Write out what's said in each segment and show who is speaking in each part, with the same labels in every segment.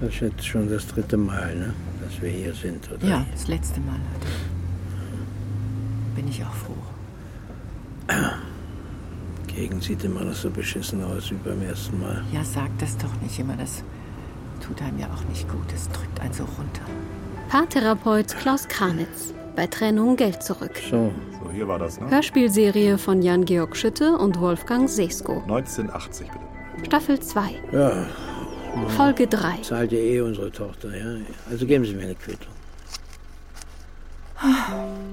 Speaker 1: Das ist jetzt schon das dritte Mal, ne? dass wir hier sind, oder?
Speaker 2: Ja, das letzte Mal heute. Bin ich auch froh.
Speaker 1: Gegen sieht immer noch so beschissen aus wie beim ersten Mal.
Speaker 2: Ja, sag das doch nicht immer. Das tut einem ja auch nicht gut. Es drückt einen so runter.
Speaker 3: Paartherapeut Klaus Kranitz. Bei Trennung Geld zurück.
Speaker 1: So,
Speaker 4: So, hier war das, ne?
Speaker 3: Hörspielserie von Jan-Georg Schütte und Wolfgang Sesko.
Speaker 4: 1980, bitte.
Speaker 3: Staffel 2,
Speaker 1: ja,
Speaker 3: Folge 3.
Speaker 1: zahlt ja eh unsere Tochter, ja? Also geben Sie mir eine Quittung.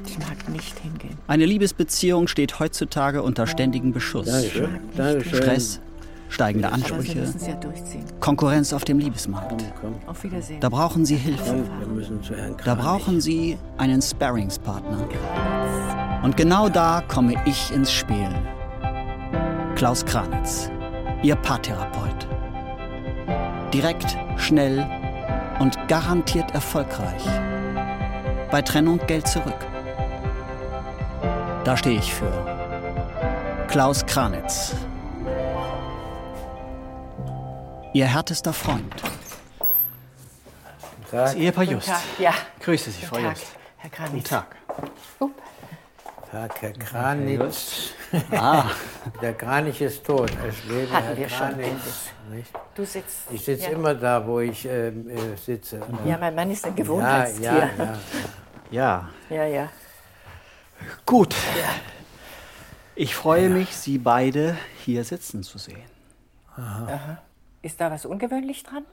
Speaker 2: Ich mag nicht hingehen.
Speaker 5: Eine Liebesbeziehung steht heutzutage unter ständigem Beschuss.
Speaker 1: Dankeschön. Dankeschön.
Speaker 5: Stress, steigende
Speaker 2: Aber Sie
Speaker 5: Ansprüche,
Speaker 2: müssen es ja durchziehen.
Speaker 5: Konkurrenz auf dem Liebesmarkt.
Speaker 1: Komm,
Speaker 2: Auf Wiedersehen.
Speaker 5: Da brauchen Sie Hilfe.
Speaker 1: wir müssen zu Herrn
Speaker 5: Da
Speaker 1: Kranich.
Speaker 5: brauchen Sie einen Sparringspartner. Und genau da komme ich ins Spiel. Klaus Kranitz, Ihr Paartherapeut. Direkt, schnell und garantiert erfolgreich. Bei Trennung Geld zurück. Da stehe ich für. Klaus Kranitz. Ihr härtester Freund.
Speaker 6: Das Ehepaar Just.
Speaker 2: Tag. Ja.
Speaker 6: Grüße Sie, Frau
Speaker 2: Guten Tag,
Speaker 6: Just.
Speaker 2: Herr Kranitz.
Speaker 6: Guten Tag.
Speaker 1: Tag, Herr Kranitz.
Speaker 5: Ah,
Speaker 1: Der Kranich ist tot. Es lebe
Speaker 2: Hatten
Speaker 1: Herr
Speaker 2: wir schon,
Speaker 1: Kranitz. Nicht?
Speaker 2: Du sitzt.
Speaker 1: Ich sitze
Speaker 2: ja.
Speaker 1: immer da, wo ich ähm, äh, sitze.
Speaker 2: Ja, mein Mann ist ein
Speaker 1: Ja,
Speaker 2: Gewohnheitstier.
Speaker 1: ja, ja.
Speaker 6: Ja,
Speaker 2: ja. ja.
Speaker 6: gut. Ich freue mich, Sie beide hier sitzen zu sehen.
Speaker 2: Ist da was ungewöhnlich dran?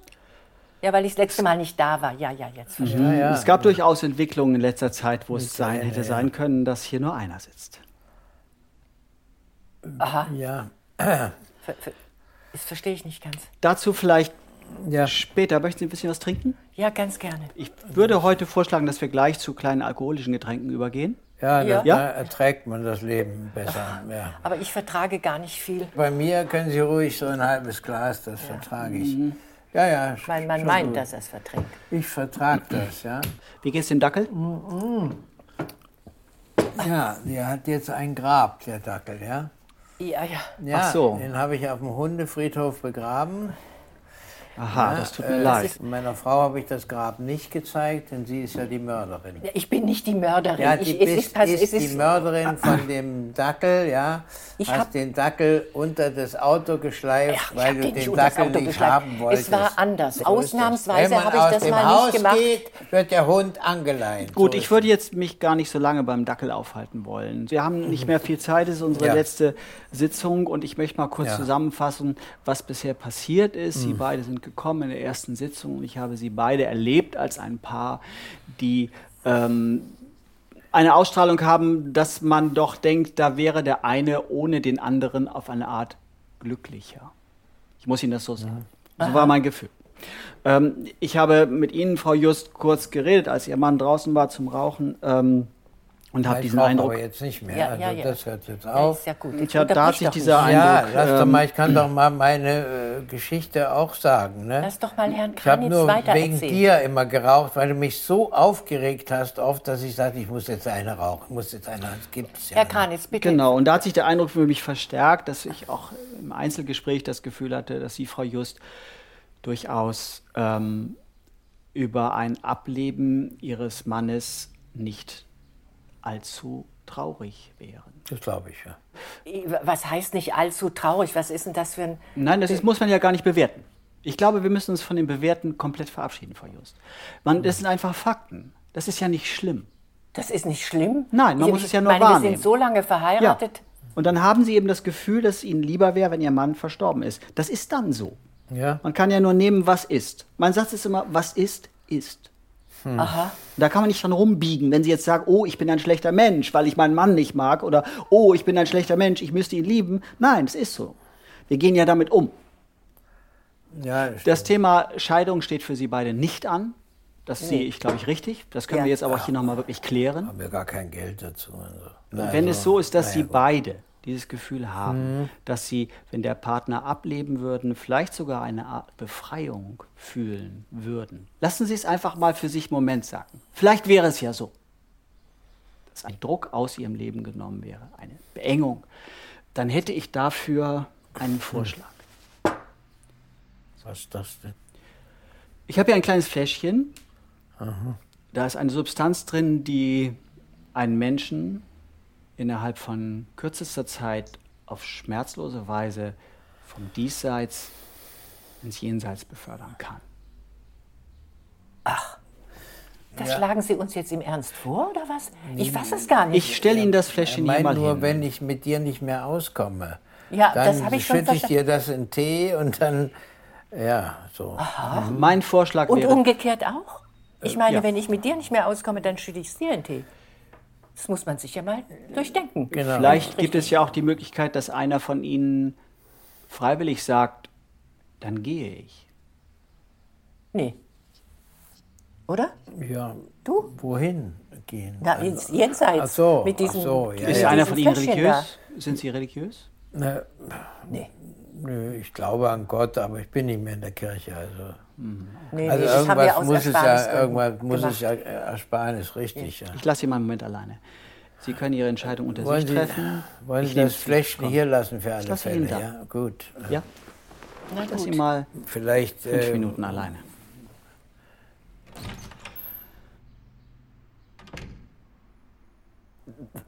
Speaker 2: Ja, weil ich das letzte Mal nicht da war. Ja, ja, jetzt verstehe ich.
Speaker 6: Es gab durchaus Entwicklungen in letzter Zeit, wo es sein hätte sein können, dass hier nur einer sitzt.
Speaker 1: ja.
Speaker 2: Ver- ver- Das verstehe ich nicht ganz.
Speaker 6: Dazu vielleicht
Speaker 1: Ja.
Speaker 6: später. Möchten Sie ein bisschen was trinken?
Speaker 2: Ja, ganz gerne.
Speaker 6: Ich würde heute vorschlagen, dass wir gleich zu kleinen alkoholischen Getränken übergehen.
Speaker 1: Ja,
Speaker 2: Ja.
Speaker 1: Da, da erträgt man das Leben besser. Ja.
Speaker 2: Aber ich vertrage gar nicht viel.
Speaker 1: Bei mir können Sie ruhig so ein halbes Glas, das vertrage ich.
Speaker 2: Mhm.
Speaker 1: Ja, ja. sch-
Speaker 2: Mein Mann
Speaker 1: schon
Speaker 2: meint,
Speaker 1: gut.
Speaker 2: dass er es verträgt.
Speaker 1: Ich vertrage das, ja.
Speaker 6: Wie geht's dem Dackel?
Speaker 1: Ja, der hat jetzt ein Grab, der Dackel, ja.
Speaker 2: Ja, ja.
Speaker 1: ja
Speaker 6: Ach so.
Speaker 1: Den habe ich auf dem Hundefriedhof begraben.
Speaker 6: Aha, das tut mir
Speaker 1: Äh,
Speaker 6: leid.
Speaker 1: Meiner Frau habe ich das Grab nicht gezeigt, denn sie ist ja die Mörderin.
Speaker 2: Ja, Ich bin nicht die Mörderin.
Speaker 1: Ja,
Speaker 2: ich,
Speaker 1: die
Speaker 2: es
Speaker 1: bist,
Speaker 2: pass-
Speaker 1: ist,
Speaker 2: es Ah.
Speaker 1: die Mörderin von dem Dackel, ja.
Speaker 2: Ich
Speaker 1: hast
Speaker 2: hab-
Speaker 1: den Dackel unter das Auto geschleift,
Speaker 2: Ach, ich hab
Speaker 1: weil du
Speaker 2: den
Speaker 1: den,
Speaker 2: nicht unter das
Speaker 1: Dackel
Speaker 2: Auto
Speaker 1: nicht
Speaker 2: geschleift.
Speaker 1: haben
Speaker 2: Es
Speaker 1: wolltest.
Speaker 2: war anders.
Speaker 1: So ist das.
Speaker 2: Ausnahmsweise
Speaker 1: Wenn man
Speaker 2: habe ich
Speaker 1: aus
Speaker 2: das
Speaker 1: dem
Speaker 2: mal nicht
Speaker 1: Haus
Speaker 2: gemacht.
Speaker 1: Geht, wird der Hund angeleint.
Speaker 6: Gut,
Speaker 1: So
Speaker 6: ich
Speaker 1: ist
Speaker 6: würde jetzt mich gar nicht so lange beim Dackel aufhalten wollen. Wir haben nicht mehr viel Zeit, es ist unsere
Speaker 1: Mhm. Ja.
Speaker 6: letzte Sitzung und ich möchte mal kurz
Speaker 1: Ja. Mhm.
Speaker 6: zusammenfassen, was bisher passiert ist. Sie beide sind gekommen in der ersten Sitzung und ich habe sie beide erlebt als ein Paar, die ähm, eine Ausstrahlung haben, dass man doch denkt, da wäre der eine ohne den anderen auf eine Art glücklicher. Ich muss Ihnen das so sagen. So war mein Gefühl. Ähm, ich habe mit Ihnen, Frau Just, kurz geredet, als Ihr Mann draußen war zum Rauchen ähm, und habe
Speaker 1: Ich
Speaker 6: diesen
Speaker 1: rauche
Speaker 6: Eindruck.
Speaker 1: Aber jetzt nicht mehr.
Speaker 2: Ja,
Speaker 1: also
Speaker 2: ja, ja.
Speaker 1: das hört jetzt
Speaker 2: Ja,
Speaker 1: auf.
Speaker 2: ist ja gut.
Speaker 6: Ich
Speaker 2: Jetzt
Speaker 6: hab- da hat sich
Speaker 2: unterbrich doch nicht.
Speaker 6: dieser ein-
Speaker 1: Ja,
Speaker 6: Eindruck,
Speaker 1: lass doch
Speaker 6: ähm,
Speaker 1: mal, ich kann doch mal meine äh, Geschichte auch sagen. Ne?
Speaker 2: Lass doch mal Herrn
Speaker 1: Ich habe
Speaker 2: Kranitz
Speaker 1: nur wegen
Speaker 2: weitererzählen.
Speaker 1: dir immer geraucht, weil du mich so aufgeregt hast, oft, dass ich sagte, ich muss jetzt eine rauchen, ich muss jetzt eine, das gibt's ja.
Speaker 2: Herr
Speaker 1: nicht.
Speaker 2: Kranitz, bitte.
Speaker 6: Genau, und da hat sich der Eindruck für mich verstärkt, dass ich auch im Einzelgespräch das Gefühl hatte, dass Sie, Frau Just, durchaus ähm, über ein Ableben Ihres Mannes nicht allzu traurig wären.
Speaker 1: Das glaube ich, ja.
Speaker 2: Was heißt nicht allzu traurig? Was ist denn das für ein.
Speaker 6: Nein, das ist, muss man ja gar nicht bewerten. Ich glaube, wir müssen uns von dem Bewerten komplett verabschieden, Frau Just. Man, das sind einfach Fakten. Das ist ja nicht schlimm.
Speaker 2: Das ist nicht schlimm.
Speaker 6: Nein, man
Speaker 2: Ich-
Speaker 6: muss
Speaker 2: ich
Speaker 6: es ja nur
Speaker 2: meine, Wir
Speaker 6: wahrnehmen.
Speaker 2: sind so lange verheiratet.
Speaker 6: Und dann haben Sie eben das Gefühl, dass es Ihnen lieber wäre, wenn Ihr Mann verstorben ist. Das ist dann so.
Speaker 1: Ja.
Speaker 6: Man kann ja nur nehmen, was ist. Mein Satz ist immer, was ist, ist.
Speaker 1: Hm.
Speaker 2: Aha.
Speaker 6: Da kann man nicht dran rumbiegen, wenn Sie jetzt sagen, oh, ich bin ein schlechter Mensch, weil ich meinen Mann nicht mag oder oh, ich bin ein schlechter Mensch, ich müsste ihn lieben. Nein, es ist so. Wir gehen ja damit um.
Speaker 1: Ja, das
Speaker 6: Das Thema Scheidung steht für Sie beide nicht an. Das sehe ich, glaube ich, richtig. Das können
Speaker 2: Ja.
Speaker 6: wir jetzt aber hier nochmal wirklich klären.
Speaker 1: haben wir gar kein Geld dazu. Also.
Speaker 6: Wenn es so ist, dass Sie beide dieses Gefühl haben, dass Sie, wenn der Partner ableben würden, vielleicht sogar eine Art Befreiung fühlen würden. Lassen Sie es einfach mal für sich einen Moment sacken. Vielleicht wäre es ja so, dass ein Druck aus Ihrem Leben genommen wäre, eine Beengung. Dann hätte ich dafür einen Vorschlag.
Speaker 1: Was ist das denn?
Speaker 6: Ich habe hier ein kleines Fläschchen. Da ist eine Substanz drin, die einen Menschen innerhalb von kürzester Zeit auf schmerzlose Weise vom Diesseits ins Jenseits befördern kann.
Speaker 2: Das schlagen Sie uns jetzt im Ernst vor, oder was? Ich fasse es gar nicht.
Speaker 6: Ich stelle Ihnen das
Speaker 1: Ich
Speaker 6: Fläschchen hier
Speaker 1: meine
Speaker 6: mal
Speaker 1: nur,
Speaker 6: hin.
Speaker 1: wenn ich mit dir nicht mehr auskomme,
Speaker 2: Ja,
Speaker 1: dann
Speaker 2: das habe ich schon
Speaker 1: schütte ich
Speaker 2: verstanden.
Speaker 1: dir das in Tee und dann, ja, so.
Speaker 2: Ah.
Speaker 6: mein Vorschlag
Speaker 2: Und
Speaker 6: wäre,
Speaker 2: umgekehrt auch? Ich
Speaker 1: Äh,
Speaker 2: meine,
Speaker 6: ja.
Speaker 2: wenn ich mit dir nicht mehr auskomme, dann schütte ich dir einen Tee. Das muss man sich ja mal durchdenken.
Speaker 6: vielleicht gibt es ja auch die Möglichkeit, dass einer von Ihnen freiwillig sagt, dann gehe ich.
Speaker 2: Nee. Oder?
Speaker 1: Ja,
Speaker 2: Du?
Speaker 1: wohin gehen? Also,
Speaker 2: Na, ins Jenseits.
Speaker 1: Ach so,
Speaker 2: mit diesem,
Speaker 1: ach so, ja,
Speaker 6: Ist
Speaker 1: ja.
Speaker 6: einer
Speaker 2: diesem
Speaker 6: von Ihnen
Speaker 2: Fläschchen
Speaker 6: religiös? Sind Sie religiös?
Speaker 1: Nö, ich glaube an Gott, aber ich bin nicht mehr in der Kirche. Also,
Speaker 2: Da. Nee,
Speaker 1: also
Speaker 2: nee, das haben wir
Speaker 1: irgendwas
Speaker 2: aus
Speaker 1: muss es ja,
Speaker 2: Ersparnisgründen
Speaker 1: irgendwas muss
Speaker 2: gemacht.
Speaker 1: es ja äh, Ersparnis, richtig. Ja.
Speaker 6: Ich lasse Sie mal einen Moment alleine. Sie können Ihre Entscheidung unter
Speaker 1: Wollen
Speaker 6: sich
Speaker 1: Sie,
Speaker 6: treffen.
Speaker 1: wollen
Speaker 6: Ich
Speaker 1: Sie
Speaker 6: nehme
Speaker 1: das
Speaker 6: Sie.
Speaker 1: Fläschchen hier lassen für alle
Speaker 6: lasse
Speaker 1: Fälle?
Speaker 6: Ihnen da.
Speaker 1: Ja, gut.
Speaker 6: Ja,
Speaker 2: Na
Speaker 6: lass Sie
Speaker 2: gut.
Speaker 6: mal
Speaker 1: Vielleicht
Speaker 6: fünf
Speaker 1: äh,
Speaker 6: Minuten alleine.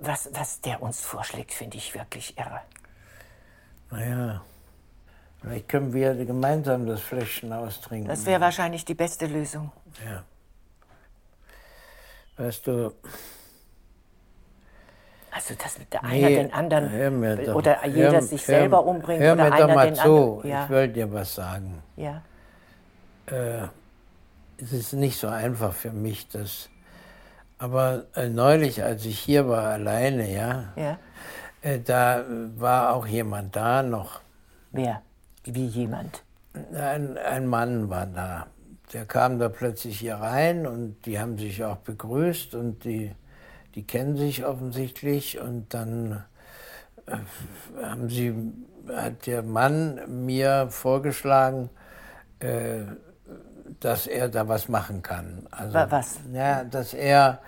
Speaker 2: Was, was der uns vorschlägt, finde ich wirklich irre.
Speaker 1: Naja, vielleicht können wir gemeinsam das Fläschchen austrinken.
Speaker 2: Das wäre wahrscheinlich die beste Lösung.
Speaker 1: ja. Weißt du,
Speaker 2: Also, dass der einer den anderen
Speaker 1: hör mir doch,
Speaker 2: oder jeder
Speaker 1: hör-
Speaker 2: sich
Speaker 1: hör-
Speaker 2: selber umbringt
Speaker 1: Hör
Speaker 2: oder
Speaker 1: mir
Speaker 2: einer
Speaker 1: doch mal
Speaker 2: den
Speaker 1: zu,
Speaker 2: anderen. Ja,
Speaker 1: ich will dir was sagen.
Speaker 2: ja.
Speaker 1: Es ist nicht so einfach für mich, das. Aber äh, neulich, als ich hier war, alleine, ja,
Speaker 2: ja.
Speaker 1: äh, da äh, war auch jemand da noch.
Speaker 2: Wer? Wie jemand?
Speaker 1: Ein, ein Mann war da. Der kam da plötzlich hier rein und die haben sich auch begrüßt und die, die kennen sich offensichtlich. Und dann äh, haben sie, hat der Mann mir vorgeschlagen, äh, dass er da was machen kann. Also,
Speaker 2: Wa- was?
Speaker 1: Ja, dass er,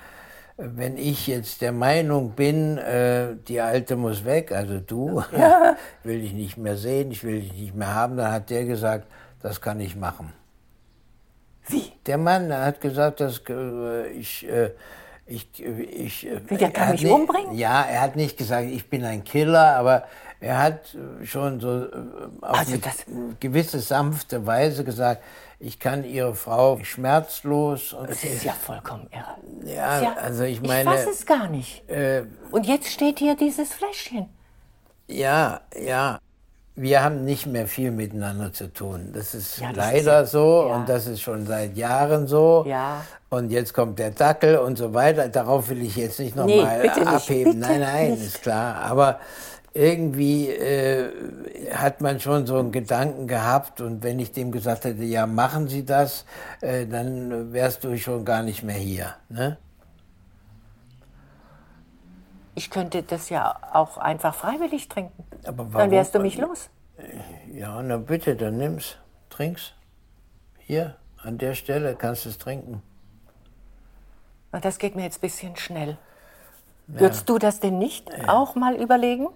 Speaker 1: äh, wenn ich jetzt der Meinung bin, äh, die Alte muss weg, also du, will dich nicht mehr sehen, ich will dich nicht mehr haben, dann hat der gesagt, das kann ich machen.
Speaker 2: Wie?
Speaker 1: Der Mann hat gesagt, dass äh, ich, äh, ich, äh, ich. äh,
Speaker 2: Wie, der kann
Speaker 1: er hat
Speaker 2: mich
Speaker 1: nicht-
Speaker 2: umbringen?
Speaker 1: Ja, er hat nicht gesagt, ich bin ein Killer, aber er hat äh, schon so äh, auf
Speaker 2: Also
Speaker 1: eine
Speaker 2: das-
Speaker 1: gewisse sanfte Weise gesagt, ich kann ihre Frau schmerzlos und
Speaker 2: Das ist ja vollkommen irre.
Speaker 1: ja,
Speaker 2: Ja,
Speaker 1: also ich
Speaker 2: ich
Speaker 1: meine, äh,
Speaker 2: weiß es gar nicht. Und jetzt steht hier dieses Fläschchen.
Speaker 1: ja, ja. Wir haben nicht mehr viel miteinander zu tun. Das ist
Speaker 2: Ja, das ist
Speaker 1: leider
Speaker 2: ja-
Speaker 1: so
Speaker 2: ja.
Speaker 1: und das ist schon seit Jahren so.
Speaker 2: Ja.
Speaker 1: Und jetzt kommt der Dackel und so weiter. Darauf will ich jetzt nicht
Speaker 2: Nee,
Speaker 1: nochmal
Speaker 2: bitte nicht,
Speaker 1: abheben.
Speaker 2: bitte
Speaker 1: nein, nein,
Speaker 2: nicht.
Speaker 1: ist klar. Aber irgendwie äh, hat man schon so einen Gedanken gehabt. Und wenn ich dem gesagt hätte, ja, machen Sie das, äh, dann wärst du schon gar nicht mehr hier. Ne?
Speaker 2: Ich könnte das ja auch einfach freiwillig trinken.
Speaker 1: Aber warum?
Speaker 2: Dann wärst du mich los.
Speaker 1: Ja, na bitte, dann nimm's. Trink's. Hier, an der Stelle kannst du es trinken.
Speaker 2: Und das geht mir jetzt ein bisschen schnell. Würdest du das denn nicht auch mal überlegen?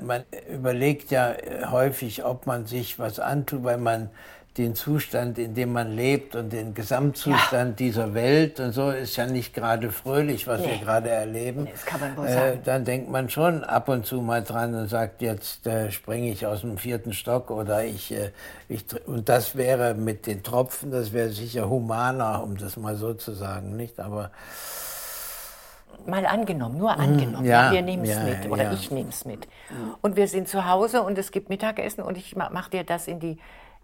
Speaker 1: Man überlegt ja äh, häufig, ob man sich was antut, weil man den Zustand, in dem man lebt und den Gesamtzustand dieser Welt und so ist ja nicht gerade fröhlich, was wir gerade erleben.
Speaker 2: Das kann man wohl
Speaker 1: Äh,
Speaker 2: sagen.
Speaker 1: dann denkt man schon ab und zu mal dran und sagt, jetzt äh, springe ich aus dem vierten Stock oder ich, äh, ich tr- und das wäre mit den Tropfen, das wäre sicher humaner, um das mal so zu sagen, nicht? Aber
Speaker 2: Mal angenommen, nur angenommen.
Speaker 1: Hm, ja,
Speaker 2: wir nehmen es
Speaker 1: ja,
Speaker 2: mit oder
Speaker 1: ja. Hm.
Speaker 2: ich nehme es mit. Und wir sind zu Hause und es gibt Mittagessen und ich ma- mach dir das in die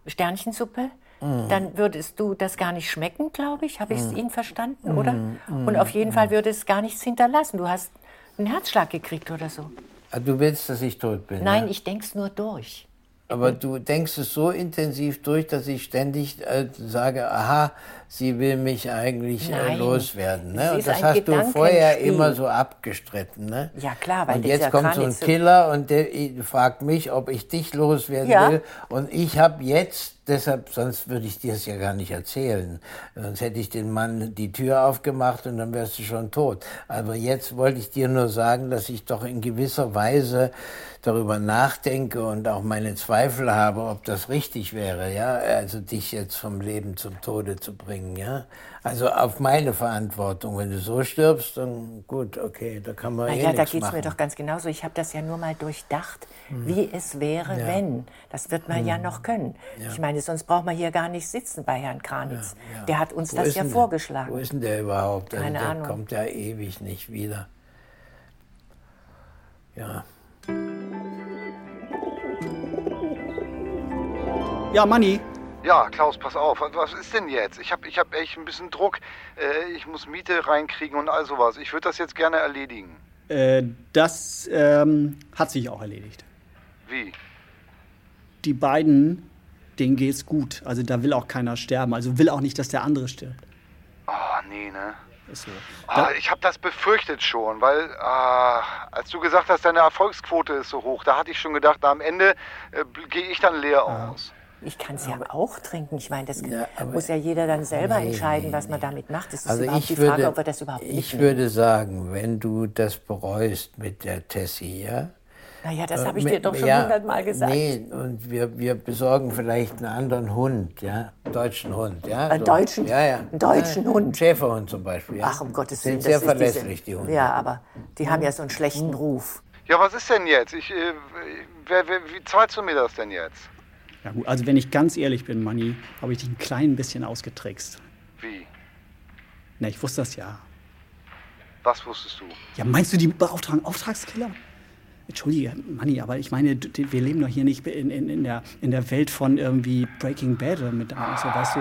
Speaker 2: Sternchensuppe.
Speaker 1: Hm.
Speaker 2: Dann würdest du das gar nicht schmecken, glaube ich. Habe ich es Ihnen verstanden, oder?
Speaker 1: Hm,
Speaker 2: Und auf jeden Fall würde es gar nichts hinterlassen. Du hast einen Herzschlag gekriegt oder so.
Speaker 1: Ah, Du willst, dass ich tot bin?
Speaker 2: Nein,
Speaker 1: ne?
Speaker 2: ich denke es nur durch.
Speaker 1: Aber du denkst es so intensiv durch, dass ich ständig äh, sage, aha, sie will mich eigentlich äh,
Speaker 2: Nein.
Speaker 1: loswerden.
Speaker 2: Es
Speaker 1: Ne? Und
Speaker 2: ist
Speaker 1: das
Speaker 2: ein
Speaker 1: hast du vorher
Speaker 2: Gedankenspiel.
Speaker 1: immer so abgestritten. Ne?
Speaker 2: Ja, klar, weil
Speaker 1: Und
Speaker 2: das
Speaker 1: jetzt
Speaker 2: ja
Speaker 1: kommt
Speaker 2: gar
Speaker 1: so ein
Speaker 2: nicht so-
Speaker 1: Killer und der äh, fragt mich, ob ich dich loswerden
Speaker 2: Ja.
Speaker 1: will. Und ich habe jetzt deshalb, sonst würde ich dir es ja gar nicht erzählen. Sonst hätte ich den Mann die Tür aufgemacht und dann wärst du schon tot. Aber jetzt wollte ich dir nur sagen, dass ich doch in gewisser Weise darüber nachdenke und auch meine Zweifel habe, ob das richtig wäre, ja, also dich jetzt vom Leben zum Tode zu bringen, ja. Also auf meine Verantwortung. Wenn du so stirbst, dann gut, okay, da kann man
Speaker 2: Na
Speaker 1: eh
Speaker 2: ja, da
Speaker 1: nichts
Speaker 2: geht es
Speaker 1: machen. Hm.
Speaker 2: mir doch ganz genauso. Ich habe das ja nur mal durchdacht, wie es wäre, wenn. Das wird man ja noch können. Ich meine, sonst braucht man hier gar nicht sitzen bei Herrn Kranitz. Der hat uns
Speaker 1: Wo
Speaker 2: das
Speaker 1: ist
Speaker 2: ja
Speaker 1: denn-
Speaker 2: vorgeschlagen.
Speaker 1: Wo ist denn der überhaupt? Also
Speaker 2: Keine
Speaker 1: der
Speaker 2: Ahnung.
Speaker 1: kommt ja ewig nicht wieder. Ja.
Speaker 6: Ja, Manni.
Speaker 7: Ja, Klaus, pass auf. Und Was ist denn jetzt? Ich hab, ich hab echt ein bisschen Druck. Äh, ich muss Miete reinkriegen und all sowas. Ich würde das jetzt gerne erledigen.
Speaker 6: Äh, das ähm, hat sich auch erledigt.
Speaker 7: Wie?
Speaker 6: Die beiden, denen geht's gut. Also da will auch keiner sterben. Also will auch nicht, dass der andere stirbt.
Speaker 7: Oh, nee, ne?
Speaker 6: Ist so.
Speaker 7: Ah, ich habe das befürchtet schon, weil ah, als du gesagt hast, deine Erfolgsquote ist so hoch, da hatte ich schon gedacht, na, am Ende äh, gehe ich dann leer aus.
Speaker 2: Ich kann es ja auch trinken. Ich meine, das
Speaker 1: Ja, aber-
Speaker 2: muss ja jeder dann selber
Speaker 1: Nee,
Speaker 2: entscheiden,
Speaker 1: nee,
Speaker 2: was man
Speaker 1: nee.
Speaker 2: damit macht. Es ist
Speaker 1: Also
Speaker 2: überhaupt
Speaker 1: ich
Speaker 2: die
Speaker 1: würde,
Speaker 2: Frage, ob wir das überhaupt
Speaker 1: ich
Speaker 2: mitnehmen.
Speaker 1: würde sagen, wenn du das bereust mit der Tessie, ja,
Speaker 2: Naja, das habe ich
Speaker 1: Mit-
Speaker 2: dir doch schon
Speaker 1: Äh, ja,
Speaker 2: hundertmal gesagt.
Speaker 1: Nee, und wir, wir besorgen vielleicht einen anderen Hund, ja? Einen deutschen Hund, ja?
Speaker 2: Einen deutschen-
Speaker 1: Ja, ja.
Speaker 2: einen deutschen
Speaker 1: ja,
Speaker 2: Hund?
Speaker 1: einen Schäferhund zum Beispiel, ja?
Speaker 2: Ach, um Gottes
Speaker 1: Sind
Speaker 2: Willen.
Speaker 1: sehr
Speaker 2: das ist diese-
Speaker 1: verlässlich, die Hunde. Hm.
Speaker 2: Ja, aber die haben ja so einen schlechten Ruf.
Speaker 7: Ja, was ist denn jetzt? Ich, äh, wer, wer, wie zahlst du mir das denn jetzt?
Speaker 6: Ja gut, also wenn ich ganz ehrlich bin, Manni, habe ich dich ein klein bisschen ausgetrickst.
Speaker 7: Wie?
Speaker 6: Na, ich wusste das ja.
Speaker 7: Was wusstest du?
Speaker 6: Ja, meinst du die beauftragen Auftragskiller? Entschuldige, Manni, aber ich meine, d- wir leben doch hier nicht in, in, in, der, in der Welt von irgendwie Breaking Bad oder mit und so, weißt du?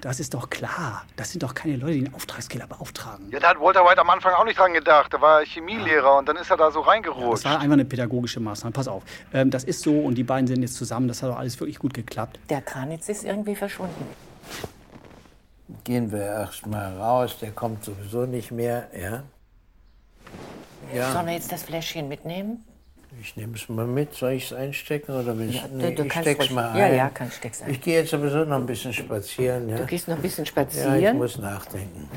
Speaker 6: Das ist doch klar. Das sind doch keine Leute, die einen Auftragskiller beauftragen.
Speaker 7: Ja, da hat Walter White am Anfang auch nicht dran gedacht. Da war er Chemielehrer und dann ist er da so
Speaker 6: Das
Speaker 7: reingerutscht.
Speaker 6: war einfach eine pädagogische Maßnahme. Pass auf, ähm, das ist so und die beiden sind jetzt zusammen. Das hat doch alles wirklich gut geklappt.
Speaker 2: Der Kranitz ist irgendwie verschwunden.
Speaker 1: Gehen wir erstmal raus, der kommt sowieso nicht mehr, ja? Ah.
Speaker 2: Sollen wir jetzt das Fläschchen mitnehmen?
Speaker 1: Ich nehme es mal mit. Soll ich es einstecken oder willst
Speaker 2: Ja,
Speaker 1: du?
Speaker 2: du-
Speaker 1: Nee,
Speaker 2: du
Speaker 1: ich
Speaker 2: kannst
Speaker 1: steck's
Speaker 2: ruhig-
Speaker 1: mal ein.
Speaker 2: Ja, ja, kannst steck's ein.
Speaker 1: Ich gehe jetzt sowieso noch ein bisschen spazieren. Ja,
Speaker 2: Du gehst noch ein bisschen
Speaker 1: ja ich
Speaker 2: spazieren.
Speaker 1: muss nachdenken.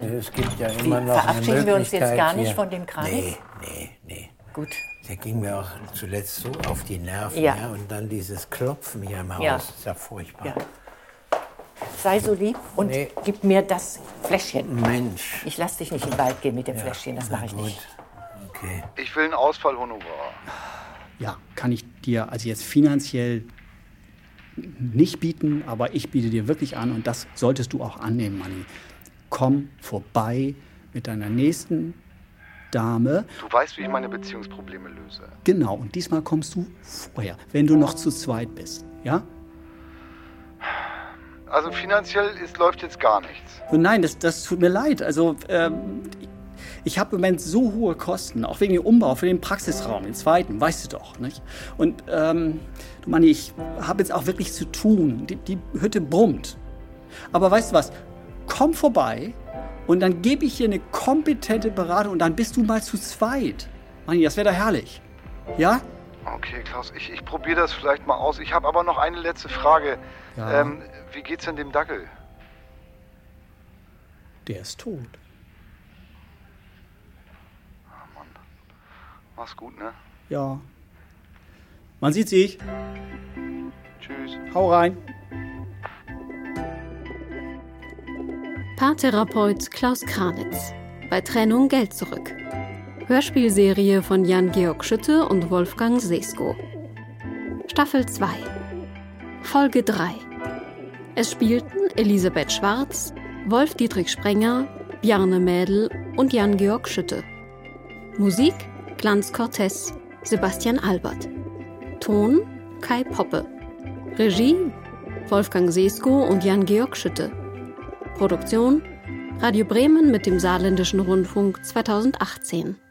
Speaker 1: Es gibt ja
Speaker 2: Wie,
Speaker 1: immer noch
Speaker 2: verabschieden
Speaker 1: eine
Speaker 2: wir uns jetzt
Speaker 1: Möglichkeit
Speaker 2: gar nicht
Speaker 1: hier.
Speaker 2: von dem Kranitz?
Speaker 1: Nee, nee, nee.
Speaker 2: Gut.
Speaker 1: Der ging mir auch zuletzt so auf die Nerven. Ja.
Speaker 2: Ja.
Speaker 1: Und dann dieses Klopfen hier im Haus.
Speaker 2: Ja.
Speaker 1: Das ist ja furchtbar.
Speaker 2: Ja. Sei so lieb und
Speaker 1: Nee.
Speaker 2: gib mir das Fläschchen.
Speaker 1: Mensch.
Speaker 2: Ich lasse dich nicht in den Wald gehen mit dem Fläschchen, das
Speaker 1: na
Speaker 2: mache ich
Speaker 1: gut.
Speaker 2: nicht.
Speaker 1: Okay.
Speaker 7: Ich will einen Ausfallhonorar.
Speaker 6: Ja, kann ich dir also jetzt finanziell nicht bieten, aber ich biete dir wirklich an und das solltest du auch annehmen, Manni. Komm vorbei mit deiner nächsten Dame.
Speaker 7: Du weißt, wie ich meine Beziehungsprobleme löse.
Speaker 6: Genau, und diesmal kommst du vorher, wenn du noch zu zweit bist. Ja?
Speaker 7: Also finanziell ist, läuft jetzt gar nichts.
Speaker 6: Und nein, das, das tut mir leid. Also, ähm, ich habe im Moment so hohe Kosten, auch wegen dem Umbau für den Praxisraum, den zweiten, weißt du doch, nicht? Und, ähm, du Manni, ich habe jetzt auch wirklich zu tun. Die, die Hütte brummt. Aber weißt du was? Komm vorbei und dann gebe ich dir eine kompetente Beratung und dann bist du mal zu zweit. Manni, das wäre doch herrlich. Ja?
Speaker 7: Okay, Klaus, ich, ich probiere das vielleicht mal aus. Ich habe aber noch eine letzte Frage.
Speaker 6: Ja.
Speaker 7: Ähm, wie geht's denn dem Dackel?
Speaker 6: Der ist tot.
Speaker 7: Ah, Mach's gut, ne?
Speaker 6: Ja. Man sieht sich.
Speaker 7: Tschüss.
Speaker 6: Hau rein.
Speaker 3: Paartherapeut Klaus Kranitz. Bei Trennung Geld zurück. Hörspielserie von Jan-Georg Schütte und Wolfgang Sesko. Staffel 2. Folge 3. Es spielten Elisabeth Schwarz, Wolf-Dietrich Sprenger, Bjarne Mädel und Jan-Georg Schütte. Musik Glanz Cortez, Sebastian Albert. Ton Kai Poppe. Regie Wolfgang Sesko und Jan-Georg Schütte. Produktion Radio Bremen mit dem Saarländischen Rundfunk 2018.